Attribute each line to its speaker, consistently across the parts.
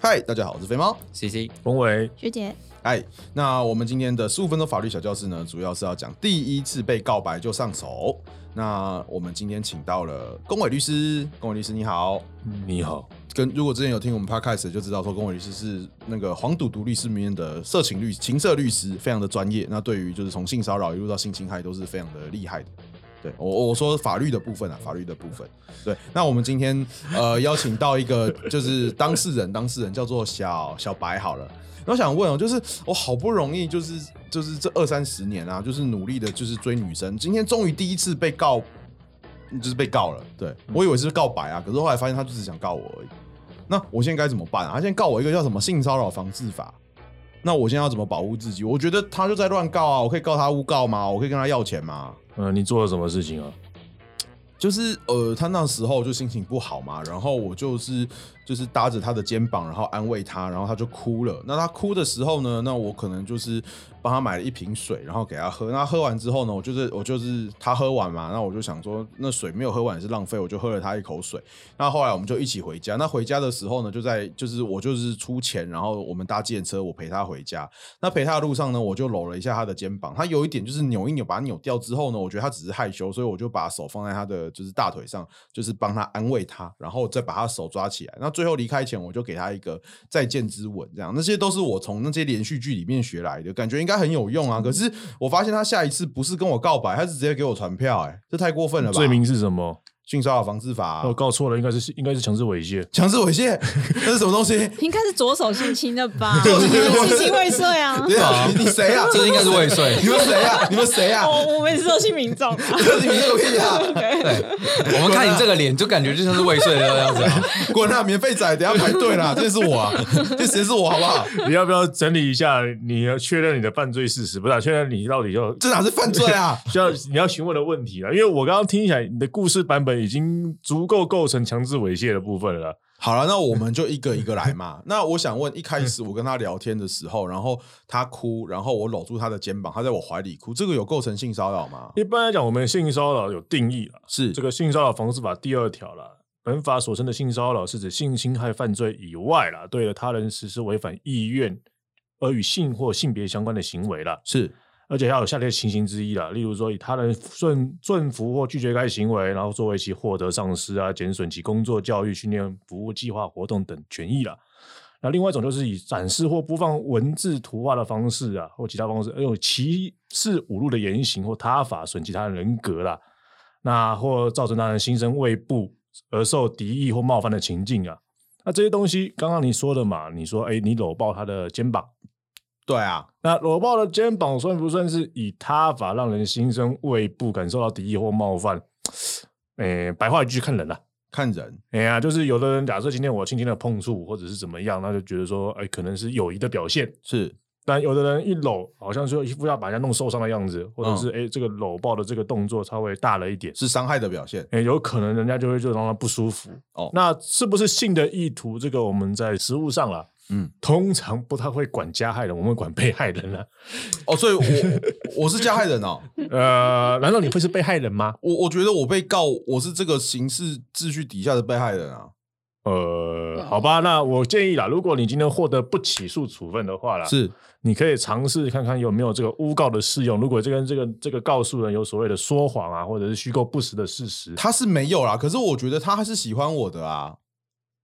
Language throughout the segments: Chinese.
Speaker 1: 嗨，大家好，我是肥猫。
Speaker 2: C C，
Speaker 3: 文伟，
Speaker 4: 学姐，
Speaker 1: 嗨，那我们今天的十五分钟法律小教室呢，主要是要讲第一次被告白就上手。那我们今天请到了龚伟律师，龚伟律师你好。
Speaker 3: 你好，
Speaker 1: 跟如果之前有听我们 podcast 的就知道，说龚伟律师是那个黄赌毒律师里面的色情律情色律师，非常的专业。那对于就是从性骚扰一路到性侵害都是非常的厉害的。对我我说法律的部分啊，法律的部分。对，那我们今天呃邀请到一个就是当事人，当事人叫做小小白好了。然后想问哦，就是我好不容易就是就是这二三十年啊，就是努力的就是追女生，今天终于第一次被告，就是被告了。对我以为是告白啊，可是后来发现他就只想告我而已。那我现在该怎么办啊？他现在告我一个叫什么性骚扰防治法，那我现在要怎么保护自己？我觉得他就在乱告啊，我可以告他诬告吗？我可以跟他要钱吗？
Speaker 3: 呃，你做了什么事情啊？
Speaker 1: 就是呃，他那时候就心情不好嘛，然后我就是就是搭着他的肩膀，然后安慰他，然后他就哭了。那他哭的时候呢，那我可能就是帮他买了一瓶水，然后给他喝。那他喝完之后呢，我就是我就是他喝完嘛，那我就想说，那水没有喝完也是浪费，我就喝了他一口水。那后来我们就一起回家。那回家的时候呢，就在就是我就是出钱，然后我们搭计程车，我陪他回家。那陪他的路上呢，我就搂了一下他的肩膀，他有一点就是扭一扭，把他扭掉之后呢，我觉得他只是害羞，所以我就把手放在他的就是大腿上，就是帮他安慰他，然后再把他手抓起来。那最后离开前，我就给他一个再见之吻，这样那些都是我从那些连续剧里面学来的，感觉应该很有用啊。可是我发现他下一次不是跟我告白，他是直接给我传票、哎，这太过分了吧？
Speaker 3: 罪名是什么？
Speaker 1: 性骚扰防治法啊、
Speaker 3: 我告错了，应该是应该是强制猥亵。
Speaker 1: 强制猥 亵，那是什么东西？
Speaker 4: 应该是左手性侵的 吧？
Speaker 1: 对
Speaker 4: 你们性侵未遂啊
Speaker 1: 等一？下你你谁啊？
Speaker 2: 这应该是未遂。
Speaker 1: 你们谁啊？你们谁啊？
Speaker 4: 哦我我们是社区民 众啊。
Speaker 1: 你们这个屁啊！
Speaker 2: 我们看你这个脸，就感觉就像是未遂的样子啊。
Speaker 1: 滚啊！免费仔，等一下排队啦！这是我啊，这谁是我好不好？
Speaker 3: 你要不要整理一下？你要确认你的犯罪事实，不是、啊、确认你到底要
Speaker 1: 这哪是犯罪啊？
Speaker 3: 需要你要询问的问题啊了。因为我刚刚听起来，你的故事版本已经足够构成强制猥亵的部分了。
Speaker 1: 好了，那我们就一个一个来 嘛。那我想问，一开始我跟他聊天的时候，然后他哭，然后我搂住他的肩膀，他在我怀里哭，这个有构成性骚扰吗？
Speaker 3: 一般来讲，我们性骚扰有定义了，
Speaker 1: 是
Speaker 3: 这个性骚扰防治法第二条啦。本法所称的性骚扰是指性侵害犯罪以外啦，对了他人实施违反意愿而与性或性别相关的行为啦。
Speaker 1: 是
Speaker 3: 而且还有下列情形之一啦，例如说以他人顺顺服或拒绝该行为，然后作为其获得丧失啊、减损其工作、教育、训练、服务计划、活动等权益啦。那另外一种就是以展示或播放文字、图画的方式啊，或其他方式，而有歧视、侮辱的言行或他法损及他人人格啦，那或造成他人心生畏怖而受敌意或冒犯的情境啊。那这些东西，刚刚你说的嘛，你说哎，你搂抱他的肩膀，
Speaker 1: 对啊，
Speaker 3: 那裸抱的肩膀算不算是以他法让人心生畏怖，感受到敌意或冒犯？诶、白话一句看人啦、
Speaker 1: 看人
Speaker 3: 哎呀、就是有的人假设今天我轻轻的碰触或者是怎么样，那就觉得说，哎、可能是友谊的表现。
Speaker 1: 是
Speaker 3: 但有的人一搂，好像说一副要把人家弄受伤的样子，或者是哎、诶这个搂抱的这个动作稍微大了一点，
Speaker 1: 是伤害的表现，
Speaker 3: 哎、有可能人家就会就让他不舒服。
Speaker 1: 哦
Speaker 3: 那是不是性的意图？这个我们在实物上啦，
Speaker 1: 嗯，
Speaker 3: 通常不太会管加害人，我们会管被害人啦。
Speaker 1: 哦，所以我我是加害人哦，
Speaker 3: 呃，难道你会是被害人吗？
Speaker 1: 我我觉得我被告，我是这个刑事秩序底下的被害人啊，
Speaker 3: 呃，好吧，那我建议啦，如果你今天获得不起诉处分的话啦，
Speaker 2: 啊
Speaker 1: 是
Speaker 3: 你可以尝试看看有没有这个诬告的适用。如果这跟这个这个告诉人有所谓的说谎啊，或者是虚构不实的事实，
Speaker 1: 他是没有啦，可是我觉得他还是喜欢我的啊。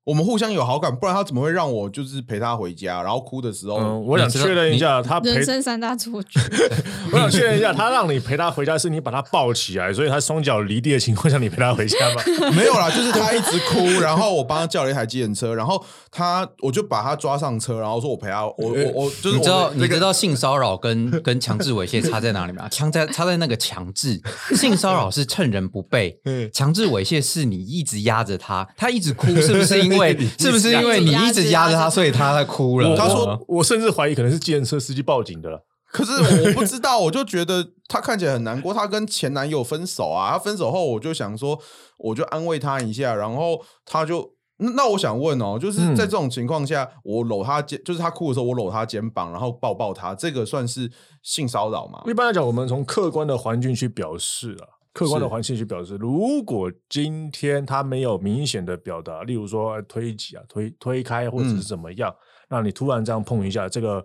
Speaker 1: 我们互相有好感，不然他怎么会让我就是陪他回家，然后哭的时候，
Speaker 3: 嗯，我想
Speaker 2: 你知道
Speaker 3: 确认一下，
Speaker 1: 啊
Speaker 3: 他陪
Speaker 4: 人，生三大错觉，
Speaker 3: 我想确认一下，他让你陪他回家是你把他抱起来，所以他双脚离地的情况下，你陪他回家 吗？
Speaker 1: 没有啦，就是他一直哭，然后我帮他叫了一台计程车，然后他我就把他抓上车，然后说我陪他，我我我就是
Speaker 2: 你知道
Speaker 1: 我
Speaker 2: 你知道性骚扰跟跟强制猥亵差在哪里吗？强在差在那个强制，性骚扰是趁人不备，强制猥亵是你一直压着他，他一直哭，是不是因为是不是因为你一直压着他，所以他在哭了？
Speaker 1: 他说
Speaker 3: 我甚至怀疑可能是计程车司机报警的了。
Speaker 1: 可是我不知道，我就觉得他看起来很难过。他跟前男友分手啊，他分手后我就想说，我就安慰他一下，然后他就那那我想问哦，就是
Speaker 3: 嗯
Speaker 1: 在这种情况下，我搂他肩，就是他哭的时候，我搂他肩膀，然后抱抱他，这个算是性骚扰吗？
Speaker 3: 嗯一般来讲，我们从客观的环境去表示啊，客观的
Speaker 1: 是
Speaker 3: 环境去表示，如果今天他没有明显的表达，例如说呃推挤啊、推推开或者是
Speaker 1: 嗯
Speaker 3: 怎么样，那你突然这样碰一下这个，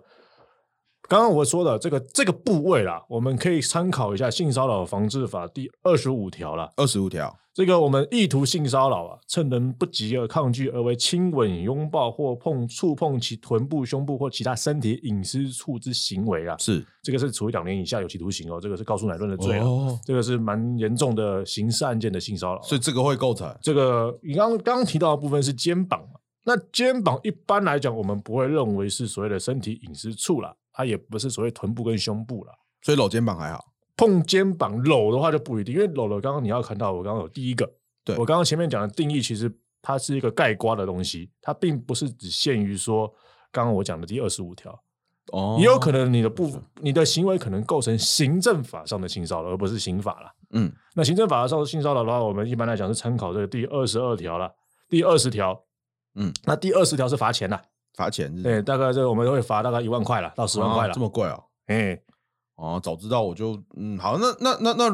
Speaker 3: 刚刚我说的这个这个部位啦，我们可以参考一下《性骚扰防治法》第二十五条啦。
Speaker 1: 二十五条，
Speaker 3: 这个我们意图性骚扰啊，趁人不及而抗拒而为亲吻、拥抱或碰触碰其臀部、胸部或其他身体隐私处之行为啊，
Speaker 1: 是
Speaker 3: 这个是处以两年以下有期徒刑哦，这个是告诉乃论的罪啊。
Speaker 1: 哦，
Speaker 3: 这个是蛮严重的刑事案件的性骚扰。啊
Speaker 1: 所以这个会构成
Speaker 3: 这个你刚刚刚提到的部分是肩膀嘛？那肩膀一般来讲，我们不会认为是所谓的身体隐私处啦，它也不是所谓臀部跟胸部啦。
Speaker 1: 所以搂肩膀还好，
Speaker 3: 碰肩膀搂的话就不一定，因为搂了，刚刚你要看到我刚刚有第一个，
Speaker 1: 对
Speaker 3: 我刚刚前面讲的定义，其实它是一个盖瓜的东西，它并不是只限于说刚刚我讲的第二十五条，
Speaker 1: 哦
Speaker 3: 也有可，能你的部你的行为可能构成行政法上的性骚扰，而不是刑法啦。
Speaker 1: 嗯，
Speaker 3: 那行政法上性骚扰的话，我们一般来讲是参考这个第二十二条了，第二十条。
Speaker 1: 嗯，
Speaker 3: 那第二十条是罚钱的，
Speaker 1: 罚钱是不
Speaker 3: 哎、
Speaker 1: 是
Speaker 3: 大概这个我们会罚大概一万块了到十万
Speaker 1: 啊
Speaker 3: 块了
Speaker 1: 这，么贵哦，
Speaker 3: 哎、
Speaker 1: 哦，早知道我就嗯，好，那那那那，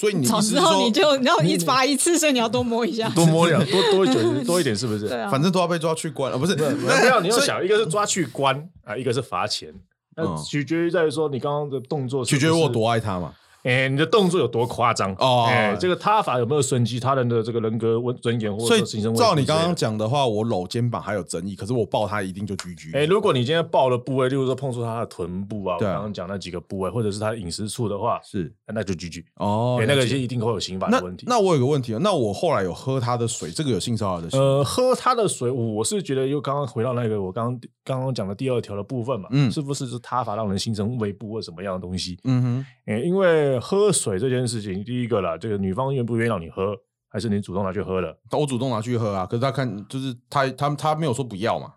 Speaker 1: 所以你
Speaker 4: 早
Speaker 1: 意思
Speaker 4: 知
Speaker 1: 是
Speaker 4: 道
Speaker 1: 说
Speaker 4: 你就你要一罚一次，所以你要多摸一下。
Speaker 3: 多摸两多多一 点多一点是不是？
Speaker 4: 对啊，
Speaker 1: 反正都要被抓去关啊，不是？
Speaker 3: 不 要你要
Speaker 1: 所以
Speaker 3: 想，一个是抓去关啊，一个是罚钱，那
Speaker 1: 嗯
Speaker 3: 取决于在于说你刚刚的动作是
Speaker 1: 取
Speaker 3: 不
Speaker 1: 决于我
Speaker 3: 是
Speaker 1: 多爱他嘛。
Speaker 3: 哎、你的动作有多夸张
Speaker 1: 哦
Speaker 3: 哎、这个他法有没有损及他人的这个人格尊尊严或
Speaker 1: 所
Speaker 3: 者
Speaker 1: 以
Speaker 3: 说形身？
Speaker 1: 照你刚刚。讲的话，我搂肩膀还有争议，可是我抱他一定就居居。
Speaker 3: 哎、如果你今天抱的部位，例如说碰触他的臀部啊，我
Speaker 1: 对啊
Speaker 3: 刚刚讲那几个部位，或者是他的隐私处的话，
Speaker 1: 是
Speaker 3: 那就 GG。
Speaker 1: 哦
Speaker 3: 哎、那
Speaker 1: 了
Speaker 3: 个
Speaker 1: 解
Speaker 3: 是一定会有刑法
Speaker 1: 那
Speaker 3: 的问题。
Speaker 1: 那我有个问题啊，那我后来有喝他的水，这个有性骚扰的行为，
Speaker 3: 呃，喝他的水，我是觉得又刚刚回到那个我刚刚刚刚讲的第二条的部分嘛，
Speaker 1: 嗯
Speaker 3: 是不是是他法让人心生畏怖或什么样的东西？
Speaker 1: 嗯
Speaker 3: 哎、因为喝水这件事情，第一个啦，这个女方愿不愿意让你喝，还是你主动拿去喝了？
Speaker 1: 哼，我主动拿去喝啊，可是他看就是他他他没有说不要嘛，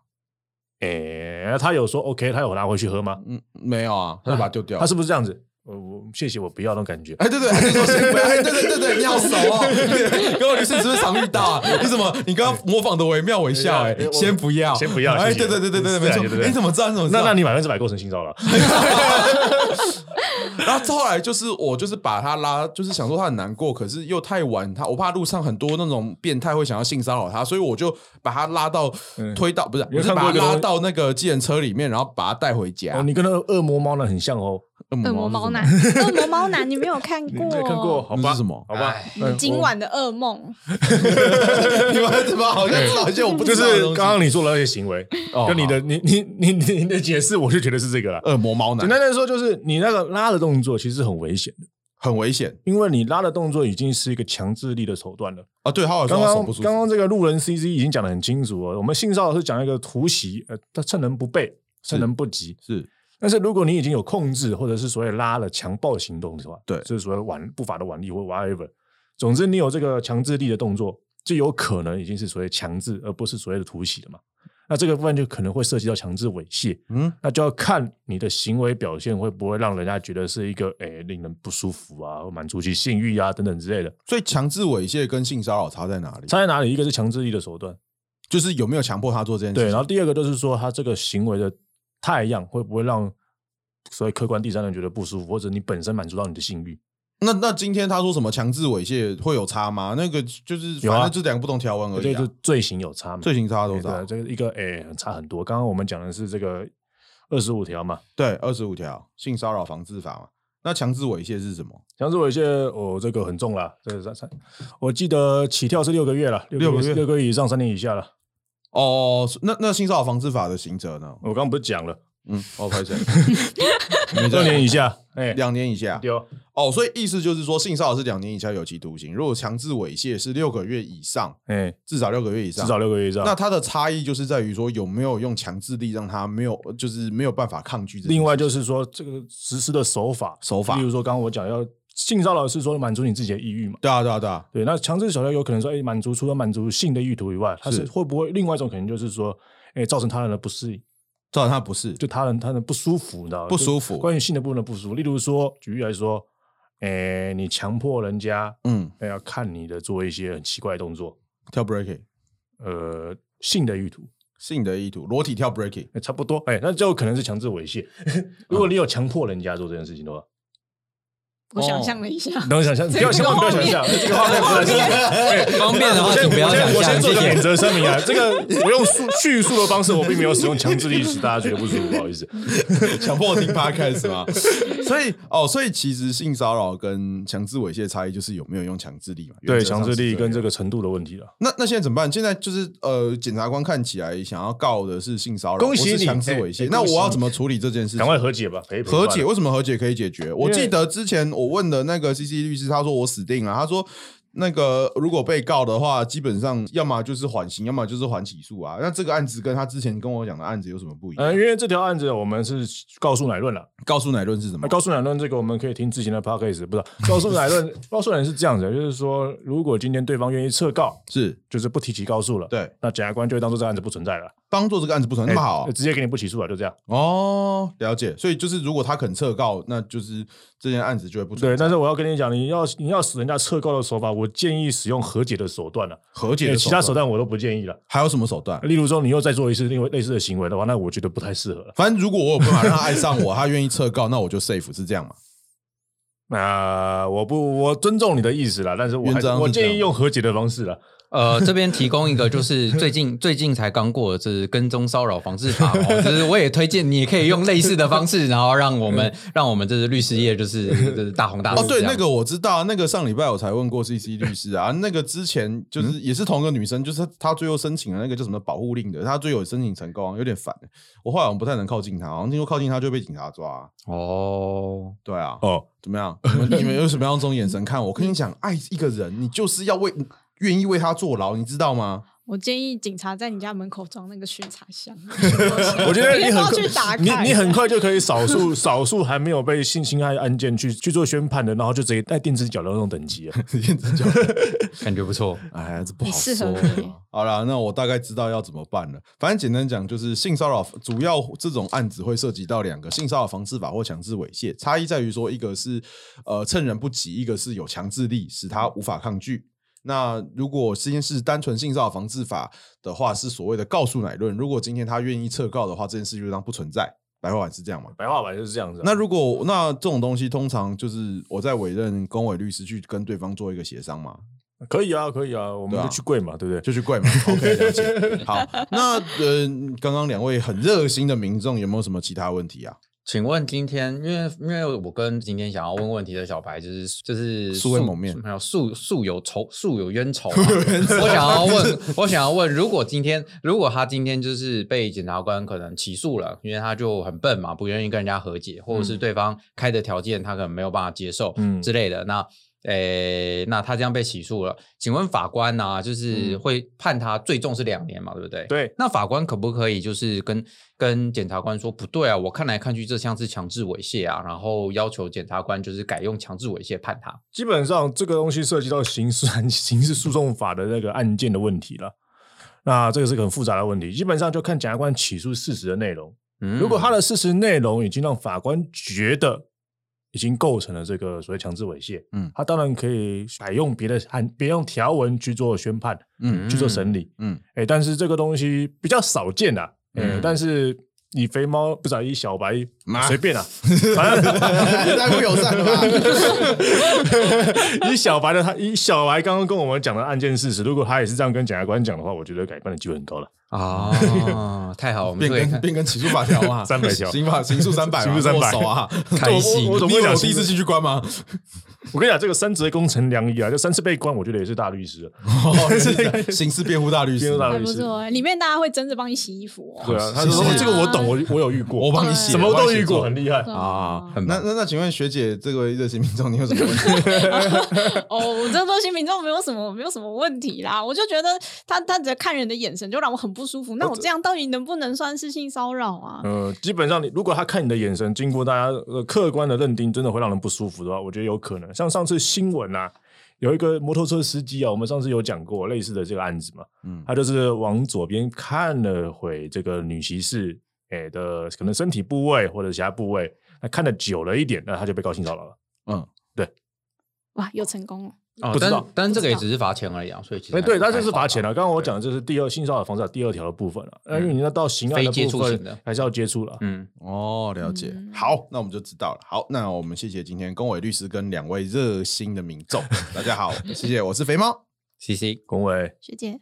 Speaker 3: 哎、他有说 OK，他有拿回去喝吗？
Speaker 1: 嗯，没有啊，他就把它丢掉。
Speaker 3: 他是不是这样子？呃，我谢谢，我不要那种感觉。
Speaker 1: 哎，对对，他就说先不要，哎，对对对对，你好熟 哦，跟我律师是不是常遇到啊？为什么你刚刚模仿的惟妙惟肖？哎
Speaker 3: 哎我，
Speaker 1: 先不要，
Speaker 3: 先不要
Speaker 1: 哎，
Speaker 3: 谢谢
Speaker 1: 对对对对对，没
Speaker 3: 是啊对对
Speaker 1: 错，哎
Speaker 3: 对
Speaker 1: 你怎么知道？你怎么知
Speaker 3: 那那
Speaker 1: 道？
Speaker 3: 你百分之百构成性骚 扰，
Speaker 1: 然后后来就是我就是把他拉，就是想说他很难过，可是又太晚，他我怕路上很多那种变态会想要性骚扰他，所以我就把他拉到
Speaker 3: 嗯
Speaker 1: 推到，不是，
Speaker 3: 你有
Speaker 1: 我是
Speaker 3: 看过
Speaker 1: 把
Speaker 3: 一个
Speaker 1: 他
Speaker 3: 东西
Speaker 1: 拉到那个计程车里面，然后把他带回
Speaker 3: 哦，
Speaker 1: 家。
Speaker 3: 你跟那个恶魔猫呢很像哦。
Speaker 1: 恶
Speaker 4: 恶魔猫
Speaker 1: 奶
Speaker 4: 男， 恶魔猫男，你没有看
Speaker 3: 你
Speaker 4: 过？
Speaker 3: 没看过？好
Speaker 1: 那
Speaker 3: 吧，
Speaker 1: 是什么
Speaker 3: 好吧
Speaker 2: 哎，
Speaker 3: 嗯
Speaker 4: 今晚的噩
Speaker 1: 哦
Speaker 4: 梦，
Speaker 1: 你们怎么好像知道一些我不
Speaker 3: 就
Speaker 1: 知道
Speaker 3: 是
Speaker 1: 的东西？
Speaker 3: 刚刚你做的那些 行为，
Speaker 1: 哦
Speaker 3: 跟你的你你你你你的解释，我就觉得是这个 了。
Speaker 1: 恶魔猫
Speaker 3: 简
Speaker 1: 男
Speaker 3: 单来说，就是你那个拉的动作其实很危险的，
Speaker 1: 很危险
Speaker 3: 因为你拉的动作已经是一个强制力的手段了。
Speaker 1: 啊！对，他好像说他
Speaker 3: 刚
Speaker 1: 手
Speaker 3: 刚
Speaker 1: 不舒服。
Speaker 3: 刚刚这个路人 CC 已经讲的很清楚了，我们性骚扰是讲一个突袭，呃，他趁人不备，趁人不及。
Speaker 1: 是
Speaker 3: 但是如果你已经有控制，或者是所谓拉了强暴行动的话，
Speaker 1: 对
Speaker 3: 就是所谓挽不法的挽力或 whatever，总之你有这个强制力的动作，就有可能已经是所谓强制，而不是所谓的突袭了嘛。那这个部分就可能会涉及到强制猥亵，
Speaker 1: 嗯，
Speaker 3: 那就要看你的行为表现会不会让人家觉得是一个诶、令人不舒服啊，或满足其性欲啊等等之类的。
Speaker 1: 所以强制猥亵跟性骚扰差在哪里？
Speaker 3: 差在哪里？一个是强制力的手段，
Speaker 1: 就是有没有强迫他做这件事
Speaker 3: 对，
Speaker 1: 情？
Speaker 3: 然后第二个就是说，他这个行为的太阳会不会让所谓客观第三人觉得不舒服，或者你本身满足到你的性欲？
Speaker 1: 那那今天他说什么强制猥亵会有差吗？那个就是
Speaker 3: 有
Speaker 1: 反
Speaker 3: 啊
Speaker 1: 正就两个不同条文而
Speaker 3: 对，
Speaker 1: 已、
Speaker 3: 就
Speaker 1: 啊，
Speaker 3: 罪行有差嘛？
Speaker 1: 罪行差
Speaker 3: 哎
Speaker 1: 多
Speaker 3: 对啊
Speaker 1: 少？
Speaker 3: 这个一个诶、差很多。刚刚我们讲的是这个二十五条嘛，
Speaker 1: 对，二十五条性骚扰防治法嘛。那强制猥亵是什么？
Speaker 3: 强制猥亵哦，这个很重啦，这个三三，我记得起跳是六个月了，
Speaker 1: 六
Speaker 3: 个
Speaker 1: 个月
Speaker 3: 六个月以上，三年以下了。
Speaker 1: 哦，那那性骚扰防治法的刑责呢？
Speaker 3: 我刚刚不是讲了，
Speaker 1: 嗯，哦，拍谁？
Speaker 3: 六年
Speaker 1: 啊
Speaker 3: 以下，哎、
Speaker 1: 两年以下。
Speaker 3: 丢
Speaker 1: 哦，所以意思就是说，性骚扰是两年以下有期徒刑，如果强制猥亵是六个月以上，
Speaker 3: 哎、
Speaker 1: 至少六个月以
Speaker 3: 至
Speaker 1: 上。
Speaker 3: 少六个月以上。
Speaker 1: 那它的差异就是在于说，有没有用强制力让他没有，就是没有办法抗拒这件事情。
Speaker 3: 另外就是说，这个实施的手法，
Speaker 1: 手法
Speaker 3: 例如说，刚刚我讲要性骚扰是说满足你自己的意欲嘛，
Speaker 1: 对啊，对啊，对啊，
Speaker 3: 对。那强制手段有可能说，哎，满足除了满足性的意图以外，它是
Speaker 1: 是
Speaker 3: 会不会另外一种可能就是说，哎，造成他人的不适应，
Speaker 1: 照然他不是，
Speaker 3: 就他人他人不舒服，你知道吗？
Speaker 1: 不
Speaker 3: 就
Speaker 1: 舒服
Speaker 3: 关于性的部分的不舒服，例如说，举例来说，哎，你强迫人家，
Speaker 1: 嗯，
Speaker 3: 哎，要看你的做一些很奇怪的动作，
Speaker 1: 跳 breaking。
Speaker 3: 呃，性的意图。
Speaker 1: 性的意图，裸体跳 breaking，
Speaker 3: 哎差不
Speaker 1: 嗯
Speaker 3: 多，哎，那就可能是强制猥亵。如果你有强迫人家做这件事情的话，
Speaker 4: 我想象了一下，
Speaker 3: 等我想象，不要千
Speaker 4: 这个
Speaker 3: 万不要想象， 这个画面不能想 象。
Speaker 2: 方便的
Speaker 3: 我
Speaker 2: 话
Speaker 3: 先
Speaker 2: 请不要
Speaker 3: 我
Speaker 2: 想
Speaker 3: 先我先
Speaker 2: 象，
Speaker 3: 做
Speaker 2: 谢
Speaker 3: 个免
Speaker 2: 谢。
Speaker 3: 责声明 啊，这个我用叙叙述的方式，我并没有使用强制力，使大家觉得不舒服，不好意思。
Speaker 1: 强迫我听 podcast 嘛。所以哦，所以其实性骚扰跟强制猥亵的差异就是有没有用强制力嘛？
Speaker 3: 对，
Speaker 1: 原则上
Speaker 3: 强制力
Speaker 1: 是
Speaker 3: 跟
Speaker 1: 这
Speaker 3: 这
Speaker 1: 样。
Speaker 3: 个程度的问题了。
Speaker 1: 那那现在怎么办？现在就是呃，检察官看起来想要告的是性骚扰，
Speaker 3: 恭喜
Speaker 1: 不是
Speaker 3: 你
Speaker 1: 强制
Speaker 3: 哎
Speaker 1: 猥亵
Speaker 3: 哎。
Speaker 1: 那
Speaker 3: 恭喜
Speaker 1: 我要
Speaker 3: 你
Speaker 1: 怎么处理这件事情？
Speaker 3: 赶快和解吧，赔
Speaker 1: 和解
Speaker 3: 赔吧
Speaker 1: 为什么和解可以解决？我记得之前我问的那个 C C 律师，他说我死定了。他说那个如果被告的话，基本上要么就是缓刑，要么就是缓起诉啊。那这个案子跟他之前跟我讲的案子有什么不一样？
Speaker 3: 呃，因为这条案子我们是告诉乃论了。
Speaker 1: 告诉乃论是什么
Speaker 3: 那？告诉乃论这个我们可以听之前的 podcast，不是啊告诉乃论， 告诉乃论是这样子的，就是说，如果今天对方愿意撤告，
Speaker 1: 是
Speaker 3: 就是不提起告诉了，
Speaker 1: 对，
Speaker 3: 那检察官就会当做这个案子不存在了，
Speaker 1: 当做这个案子不存在，那么好啊
Speaker 3: 哎呃直接给你不起诉了，就这样。
Speaker 1: 哦，了解。所以就是如果他肯撤告，那就是这件案子就会不存
Speaker 3: 对，
Speaker 1: 在。
Speaker 3: 但是我要跟你讲，你要你要使人家撤告的手法，我建议使用和解的手段了、
Speaker 1: 和解
Speaker 3: 哎
Speaker 1: 的
Speaker 3: 其他手
Speaker 1: 段
Speaker 3: 段我都不建议了。
Speaker 1: 还有什么手段？
Speaker 3: 例如说，你又再做一次另外类似的行为的话，那我觉得不太适合了。
Speaker 1: 反正如果我有办法让他爱上我， 他愿意撤告，那我就 safe 是这样嘛？
Speaker 3: 那、我不，我尊重你的意思啦，但是我还
Speaker 1: 原则上是
Speaker 3: 我
Speaker 1: 这
Speaker 3: 建
Speaker 1: 样
Speaker 3: 议用和解的方式了。
Speaker 2: 呃，这边提供一个，就是最近最近才刚过的，这是跟踪骚扰防治法哦，就是我也推荐你也可以用类似的方式，然后让我们让我们这是律师业就是就是大红大紫
Speaker 1: 哦，对，
Speaker 2: 这样
Speaker 1: 那个我知道，那个上礼拜我才问过 C C 律师啊，那个之前
Speaker 2: 嗯
Speaker 1: 就是也是同一个女生，就是她最后申请了那个叫什么保护令的，她最后有申请成功啊，有点烦。我后来我们不太能靠近她，好像听说靠近她就被警察抓啊。
Speaker 2: 哦，
Speaker 1: 对啊，
Speaker 3: 哦，
Speaker 1: 怎么样？你们你们有什么样的这种眼神看我？我跟你 讲，爱一个人，你就是要为愿意为他坐牢，你知道吗？
Speaker 4: 我建议警察在你家门口装那个巡查箱，
Speaker 3: 我
Speaker 4: 我
Speaker 3: 觉得你很
Speaker 4: 去打
Speaker 3: 快，
Speaker 4: 卡，
Speaker 3: 你你很快就可以少数少数还没有被性侵害案件去去做宣判的，然后就直接带电子脚的那种等级了。啊
Speaker 2: 感觉不错。
Speaker 1: 哎，这不好
Speaker 4: 你适
Speaker 1: 说
Speaker 4: 合你
Speaker 1: 啊。好啦，那我大概知道要怎么办了。反正简单讲，就是性骚扰主要这种案子会涉及到两个性骚扰防治法或强制猥亵，差异在于说，一个是呃趁人不及，一个是有强制力使他无法抗拒。那如果先是单纯性骚扰防治法的话，是所谓的告诉乃论。如果今天他愿意撤告的话，这件事就当不存在。白话版是这样吗？
Speaker 3: 白话版就是这样子啊、
Speaker 1: 那如果那这种东西，通常就是我在委任公委律师去跟对方做一个协商嘛，
Speaker 3: 那可以啊，可以啊，我们
Speaker 1: 对啊
Speaker 3: 就去跪嘛，对不对？
Speaker 1: 就去跪 嘛。OK，了解。好，那呃，刚刚两位很热心的民众有没有什么其他问题 啊？
Speaker 2: 请问今天，因为因为我跟今天想要问问题的小白，就是就是
Speaker 1: 素未谋面
Speaker 2: 没有素素有仇，素有冤仇嘛。我想要问，我想要问，如果今天如果他今天就是被检察官可能起诉了，因为他就很笨嘛，不愿意跟人家和解，或者是对方开的条件他可能没有办法接受，
Speaker 3: 嗯
Speaker 2: 之类的，那。诶，那他这样被起诉了，请问法官呢、就是
Speaker 3: 嗯
Speaker 2: 会判他最重是两年嘛，对不对？
Speaker 3: 对，
Speaker 2: 那法官可不可以就是跟跟检察官说不对啊？我看来看去这像是强制猥亵啊，然后要求检察官就是改用强制猥亵判他。
Speaker 3: 基本上这个东西涉及到刑事 刑事诉讼法的那个案件的问题了。那这个是个很复杂的问题，基本上就看检察官起诉事实的内容。
Speaker 2: 嗯
Speaker 3: 如果他的事实内容已经让法官觉得已经构成了这个所谓强制猥亵，
Speaker 1: 嗯
Speaker 3: 嗯，他当然可以采用别的案、别用条文去做宣判、
Speaker 1: 嗯
Speaker 3: 去做审理，
Speaker 1: 嗯，
Speaker 3: 哎、但是这个东西比较少见啊，哎、
Speaker 2: 嗯
Speaker 3: 但是以肥猫不是啊以小白
Speaker 1: 妈
Speaker 3: 随 便啊，反正
Speaker 1: 太不友善了吧？
Speaker 3: 以小白的他，以小白刚刚跟我们讲的案件事实，如果他也是这样跟检察官讲的话，我觉得改判的机会很高了。
Speaker 2: 啊，太好，我们
Speaker 1: 变
Speaker 2: 就可以
Speaker 1: 更
Speaker 2: 看
Speaker 1: 变更起诉法条 嘛，
Speaker 3: 300条
Speaker 1: 刑法刑诉三百，
Speaker 3: 刑诉300
Speaker 1: 握手啊，
Speaker 2: 开心
Speaker 3: 我我怎
Speaker 1: 你
Speaker 3: 么
Speaker 1: 以为
Speaker 3: 会讲
Speaker 1: 我第一次进去关 吗？
Speaker 3: 我跟你讲，这个三折功成良医啊，就三次被关，我觉得也是大律师了。
Speaker 1: 哦刑事辩护大律
Speaker 3: 辩
Speaker 1: 师
Speaker 3: 护，大
Speaker 4: 还
Speaker 3: 律
Speaker 4: 不
Speaker 3: 师，
Speaker 4: 错欸。里面大家会真的帮你洗衣服哦，
Speaker 3: 对啊，他
Speaker 1: 是
Speaker 3: 说
Speaker 1: 是
Speaker 3: 这个我懂，我我有遇过，
Speaker 1: 我帮你写，
Speaker 3: 什么
Speaker 1: 我帮
Speaker 3: 都
Speaker 1: 你写
Speaker 3: 遇过，
Speaker 1: 作
Speaker 3: 很厉害。
Speaker 4: 对
Speaker 1: 啊。
Speaker 2: 很
Speaker 1: 那
Speaker 2: 棒
Speaker 1: 那那，请问学姐，这位热心民众，你有什么问题？
Speaker 4: 哦，我这东西民众没有什么没有什么问题啦，我就觉得他他只看人的眼神就让我很不舒服。那我这样到底能不能算是性骚扰啊？
Speaker 3: 呃，基本上你如果他看你的眼神，经过大家呃客观的认定，真的会让人不舒服的话，我觉得有可能。像上次新闻啊，有一个摩托车司机啊，我们上次有讲过类似的这个案子嘛，
Speaker 1: 嗯
Speaker 3: 他就是往左边看了会这个女骑士诶、的可能身体部位或者其他部位，那看的久了一点，那他就被告性骚扰了。
Speaker 1: 嗯，
Speaker 4: 哇，又成功了，
Speaker 2: 哦
Speaker 3: 不知道
Speaker 2: 但但这个也
Speaker 4: 不知
Speaker 2: 只是罚钱而已啊，所以其实
Speaker 3: 哎，对，
Speaker 2: 还
Speaker 3: 但这是罚钱
Speaker 2: 还
Speaker 3: 了。
Speaker 2: 好
Speaker 3: 刚刚我讲的这是第二性骚扰防治法第二条的部分了，那因为你要到刑案的
Speaker 2: 嗯非接
Speaker 3: 部
Speaker 2: 触型
Speaker 3: 分
Speaker 2: 的
Speaker 3: 还是要接触了。
Speaker 2: 嗯，
Speaker 1: 哦，了解。
Speaker 4: 嗯
Speaker 1: 好，那我们就知道了。好，那我们谢谢今天龚伟律师跟两位热心的民众，大家好，谢谢，我是肥猫。
Speaker 2: c C。
Speaker 3: 龚伟，
Speaker 4: 学姐。